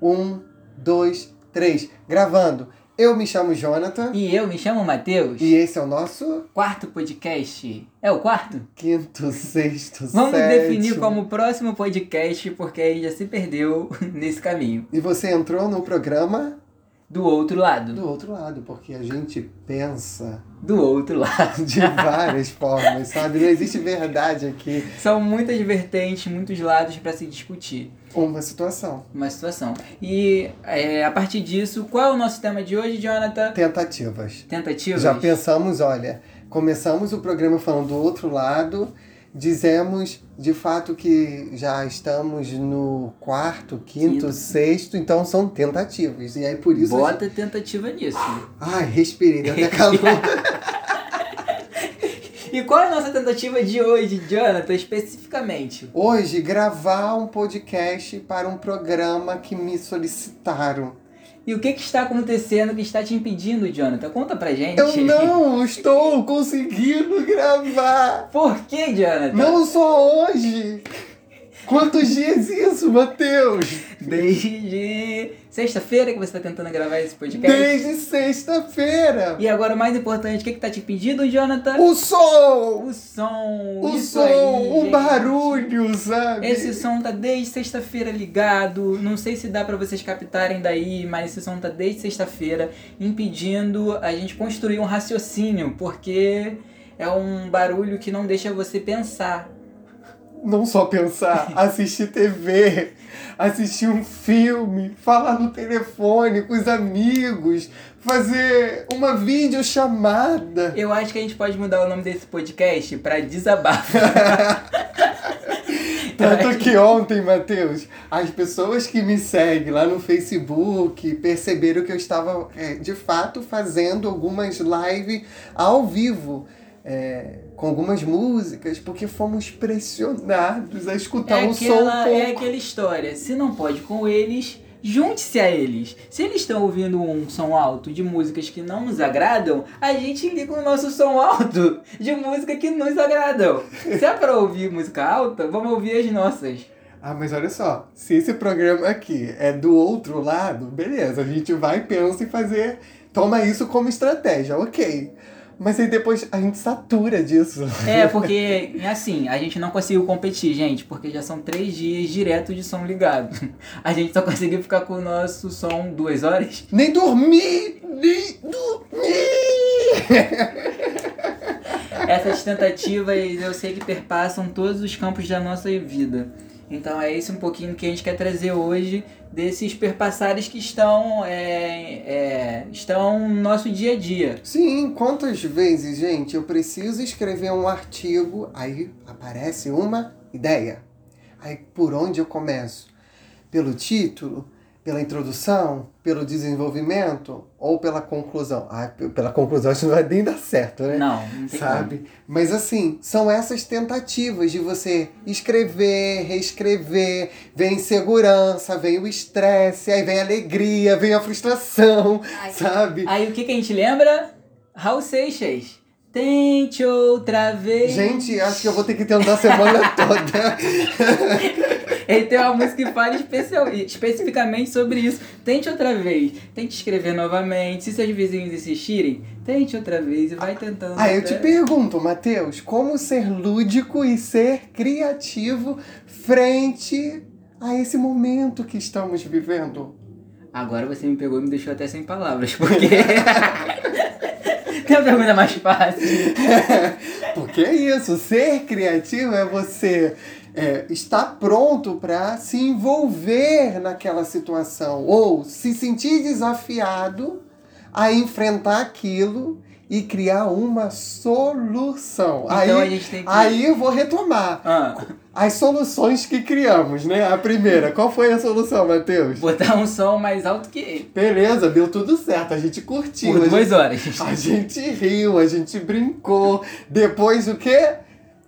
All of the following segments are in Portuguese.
Um, dois, três. Gravando. Eu me chamo Jonathan E eu me chamo Matheus. e esse é o nosso Quarto podcast. É o quarto? quinto, sexto, Vamos sétimo. definir como o próximo podcast, porque aí já se perdeu nesse caminho. E você entrou no programa Do outro lado. do outro lado, porque a gente pensa Do outro lado. de várias formas, sabe? Não existe verdade aqui. São muitas vertentes, muitos lados para se discutir Uma situação. uma situação. E é, a partir disso, qual é o nosso tema de hoje, Jonathan? Tentativas. Tentativas? Já pensamos, olha, começamos o programa falando do outro lado, dizemos de fato que já estamos no quarto, quinto, Quinto. sexto, então são tentativas. E aí por isso. a gente- Bota tentativa nisso. Ai, respirei, deu até calor. E qual é a nossa tentativa de hoje, Jonathan, especificamente? Hoje, gravar um podcast para um programa que me solicitaram. E o que, que está acontecendo que está te impedindo, Jonathan? Conta pra gente. Eu não estou conseguindo gravar! Por que, Jonathan? Não só hoje! Quantos dias isso, Matheus? Desde sexta-feira que você está tentando gravar esse podcast. Desde sexta-feira. E agora, o mais importante, o que, que tá te pedindo, Jonathan? O Um som! O som. O isso som, aí, o gente. barulho, sabe? Esse som tá desde sexta-feira ligado. Não sei se dá pra vocês captarem daí, mas esse som tá desde sexta-feira impedindo a gente construir um raciocínio, porque é um barulho que não deixa você pensar. Não só pensar, assistir TV, assistir um filme, falar no telefone com os amigos, fazer uma videochamada. Eu acho que a gente pode mudar o nome desse podcast pra desabafo. É Tanto que ontem, Matheus, as pessoas que me seguem lá no Facebook perceberam que eu estava, é, de fato, fazendo algumas lives ao vivo. é, com algumas músicas, porque fomos pressionados a escutar é, um som um aquela, pouco. é aquela história. Se não pode com eles, junte-se a eles. Se eles estão ouvindo um som alto de músicas que não nos agradam, a gente liga o nosso som alto de música que nos agradam. Se é pra ouvir música alta, vamos ouvir as nossas. Ah, mas olha só, se esse programa aqui é do outro lado, beleza, a gente vai, pensa em fazer, toma isso como estratégia, ok. Mas aí depois a gente satura disso. É, porque, assim, a gente não conseguiu competir, gente, porque já são três dias direto de som ligado. A gente só conseguiu ficar com o nosso som duas horas. Nem dormir! Nem dormir! Essas tentativas eu sei que perpassam todos os campos da nossa vida. Então é isso um pouquinho que a gente quer trazer hoje desses perpassares que estão é, é, estão no nosso dia a dia. Sim, quantas vezes, gente, eu preciso escrever um artigo, aí aparece uma ideia. Aí por onde eu começo? Pelo título? Pela introdução? Pelo desenvolvimento? Ou pela conclusão? Ah, p- pela conclusão acho que não vai nem dar certo, né? Não, não tem como. sabe? Mas assim, são essas tentativas de você escrever, reescrever, vem insegurança, vem o estresse, aí vem a alegria, vem a frustração, sabe? Aí o que, que a gente lembra? Raul Seixas. Tente outra vez. Gente, acho que eu vou ter que tentar a semana toda. Ele tem uma música que fala especial, especificamente sobre isso. Tente outra vez. Tente escrever novamente. Se seus vizinhos insistirem, tente outra vez e vai tentando. Aí eu até- te pergunto, Matheus, como ser lúdico e ser criativo frente a esse momento que estamos vivendo? Agora você me pegou e me deixou até sem palavras, porque. Tem uma pergunta mais fácil. Porque é isso, ser criativo é você é, estar pronto para se envolver naquela situação ou se sentir desafiado a enfrentar aquilo e criar uma solução. então a aí, gente tem que. aí eu vou retomar Ah, as soluções que criamos, né? A primeira, qual foi a solução, Matheus? botar um som mais alto que ele. Beleza, deu tudo certo, a gente curtiu. a Por gente duas horas. a gente riu, a gente brincou. Depois o quê?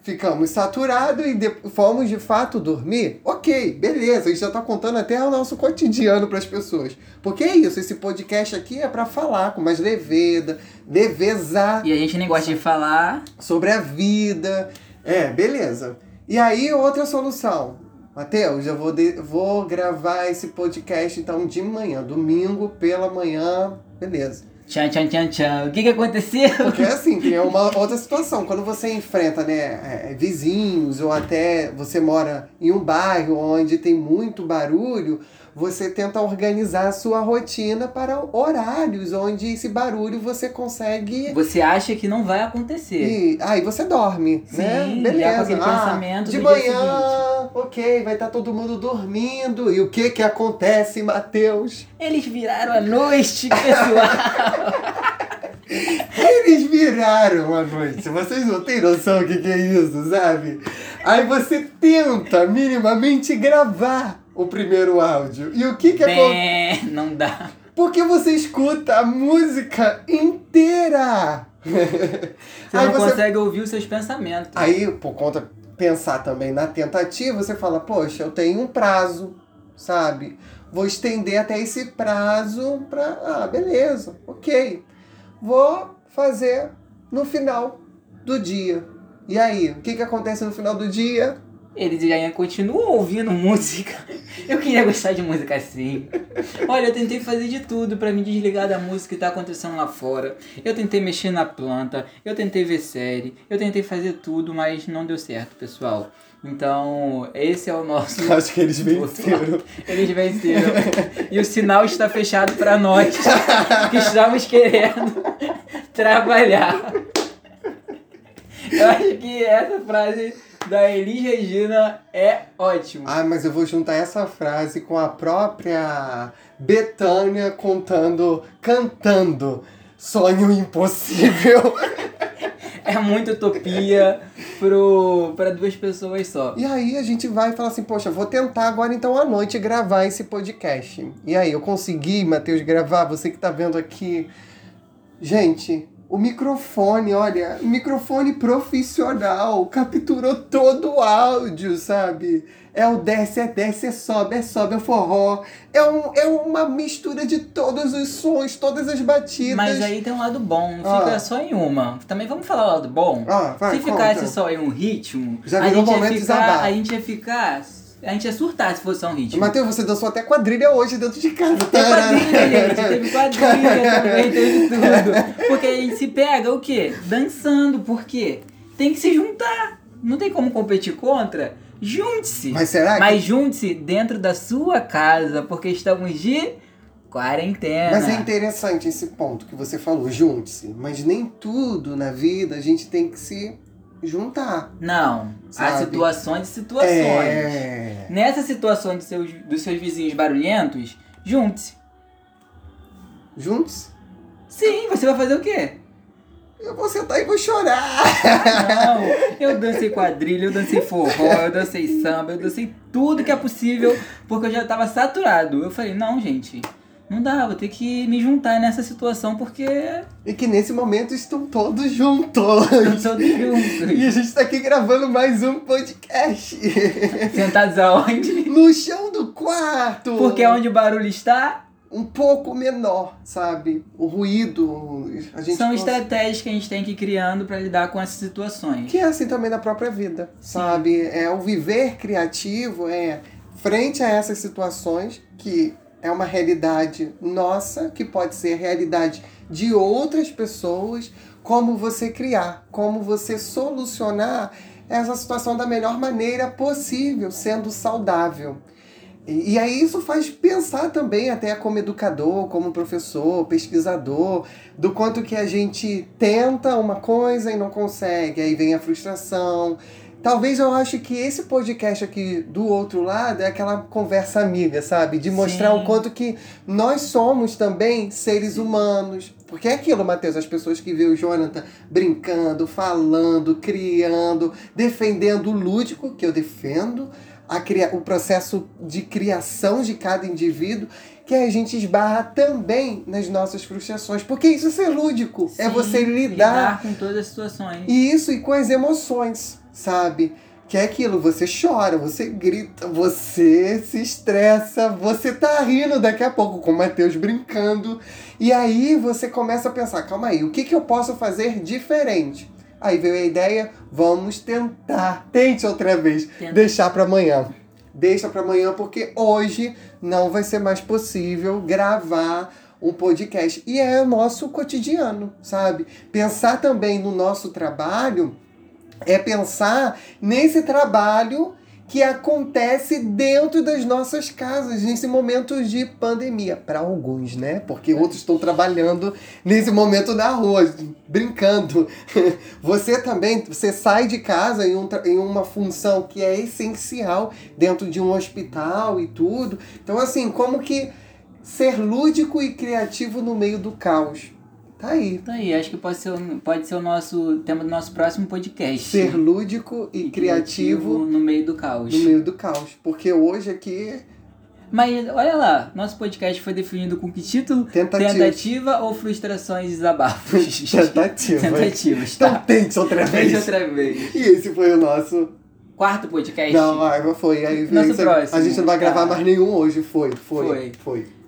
Ficamos saturados e de- fomos de fato dormir? Ok, beleza, a gente já tá contando até o nosso cotidiano pras pessoas. Porque é isso, esse podcast aqui é pra falar com mais leveza, levezar E a gente nem gosta de falar. sobre a vida. É, beleza. E aí, outra solução. Matheus, eu vou, de- vou gravar esse podcast então de manhã, domingo pela manhã, beleza. Tchan, tchan, tchan, tchan. O que que aconteceu? Porque assim, tem uma outra situação. Quando você enfrenta né, é, vizinhos ou até você mora em um bairro onde tem muito barulho, você tenta organizar a sua rotina para horários onde esse barulho você consegue. Você acha que não vai acontecer. E, aí você dorme, Sim, né? já com Beleza. aquele pensamento de do dia manhã, ok, vai estar todo mundo dormindo. E o que que acontece, Matheus? Eles viraram a noite, pessoal. Eles viraram a noite. Vocês não têm noção do que, que é isso, sabe? Aí você tenta minimamente gravar o primeiro áudio. E o que é que acontece? Bem, Né, não dá. Porque você escuta a música inteira. Você não consegue ouvir os seus pensamentos. Aí, por conta pensar também na tentativa, você fala, poxa, eu tenho um prazo, sabe? Vou estender até esse prazo pra. Ah, beleza, ok. Vou fazer no final do dia. E aí, o que, que acontece no final do dia? Eles já continuam ouvindo música. Eu queria gostar de música assim. Olha, eu tentei fazer de tudo pra me desligar da música que tá acontecendo lá fora. Eu tentei mexer na planta, eu tentei ver série, eu tentei fazer tudo, mas não deu certo, pessoal. Então, esse é o nosso. Acho que eles Eles venceram. E o sinal está fechado pra nós que estamos querendo trabalhar. Eu acho que essa frase da Elis Regina é ótima. Ah, mas eu vou juntar essa frase com a própria Betânia contando, cantando Sonho Impossível. É muita utopia pro, pra duas pessoas só. E aí a gente vai e fala assim, poxa, vou tentar agora então à noite gravar esse podcast. E aí, eu consegui, Matheus, gravar, você que tá vendo aqui. Gente, o microfone, olha, microfone profissional, capturou todo o áudio, sabe? É o desce, é desce, é sobe, é sobe, é forró. É, um, é uma mistura de todos os sons, todas as batidas. Mas aí tem um lado bom, não fica Ah. só em uma. Também vamos falar o lado bom. Ah, vai, Se ficasse conta. só em um ritmo, Já a, virou gente ia momento de ficar, desabar. a gente ia ficar. A gente ia surtar se fosse só um ritmo. Matheus, você dançou até quadrilha hoje dentro de casa. Tem quadrilha, gente. Teve quadrilha também, teve tudo. Porque a gente se pega o quê? Dançando. Por quê? Tem que se juntar. Não tem como competir contra. Junte-se. Mas será que Mas junte-se dentro da sua casa, porque estamos de quarentena. Mas é interessante esse ponto que você falou, junte-se. Mas nem tudo na vida a gente tem que se juntar. Não. Há Sabe? situações e situações. É. Nessa situação de seus, dos seus vizinhos barulhentos, junte-se. Junte-se. Sim, você vai fazer o quê? Eu vou sentar e vou chorar. Não, eu dancei quadrilha, eu dancei forró, eu dancei samba, eu dancei tudo que é possível, porque eu já tava saturado. Eu falei, não, gente, não dá, vou ter que me juntar nessa situação porque E que nesse momento estão todos juntos. eu sou de juntos. E a gente tá aqui gravando mais um podcast. Sentados aonde? No chão do quarto. Porque é onde o barulho está, Um pouco menor, sabe? O ruído. A gente são cons- estratégias que a gente tem que ir criando pra lidar com essas situações. Que é assim também na própria vida, sabe? É o viver criativo, é frente a essas situações que é uma realidade nossa, que pode ser a realidade de outras pessoas, como você criar, como você solucionar essa situação da melhor maneira possível, sendo saudável. E, e aí isso faz pensar também, até como educador, como professor, pesquisador, do quanto que a gente tenta uma coisa e não consegue, aí vem a frustração. Talvez eu ache que esse podcast aqui do outro lado é aquela conversa amiga, sabe? De mostrar Sim. o quanto que nós somos também seres humanos. Porque é aquilo, Matheus, as pessoas que vê o Jonathan brincando, falando, criando, defendendo o lúdico, que eu defendo, a cria- o processo de criação de cada indivíduo, que a gente esbarra também nas nossas frustrações. Porque isso é ser lúdico, é Sim, você lidar, com todas as situações. e isso e com as emoções, sabe? Que é aquilo, você chora, você grita, você se estressa, você tá rindo daqui a pouco com o Matheus brincando. E aí você começa a pensar, calma aí, o que, que eu posso fazer diferente? Aí veio a ideia, vamos tentar. Tente outra vez, Tenta. deixar pra amanhã. deixa para amanhã, porque hoje não vai ser mais possível gravar um podcast. E é o nosso cotidiano, sabe? Pensar também no nosso trabalho é pensar nesse trabalho que acontece dentro das nossas casas nesse momento de pandemia. Para alguns, né? Porque outros estão trabalhando nesse momento na rua, brincando. Você também, você sai de casa em, um, em uma função que é essencial dentro de um hospital e tudo. Então, assim, como que ser lúdico e criativo no meio do caos? Tá aí. Tá aí, acho que pode ser, o- pode ser o nosso tema do nosso próximo podcast. Ser lúdico e, criativo, no meio do caos. no meio do caos. Porque hoje aqui. Mas olha lá, nosso podcast foi definido com que título? Tentativa. Tentativa ou frustrações e desabafos? Tentativa. Tentativas, Então tá. tente outra Veja vez. outra vez. E esse foi o nosso Quarto podcast? Não, agora foi. Aí, Nosso isso- próximo. A gente não vai gravar Ah. mais nenhum hoje. Foi, foi. Foi. Foi.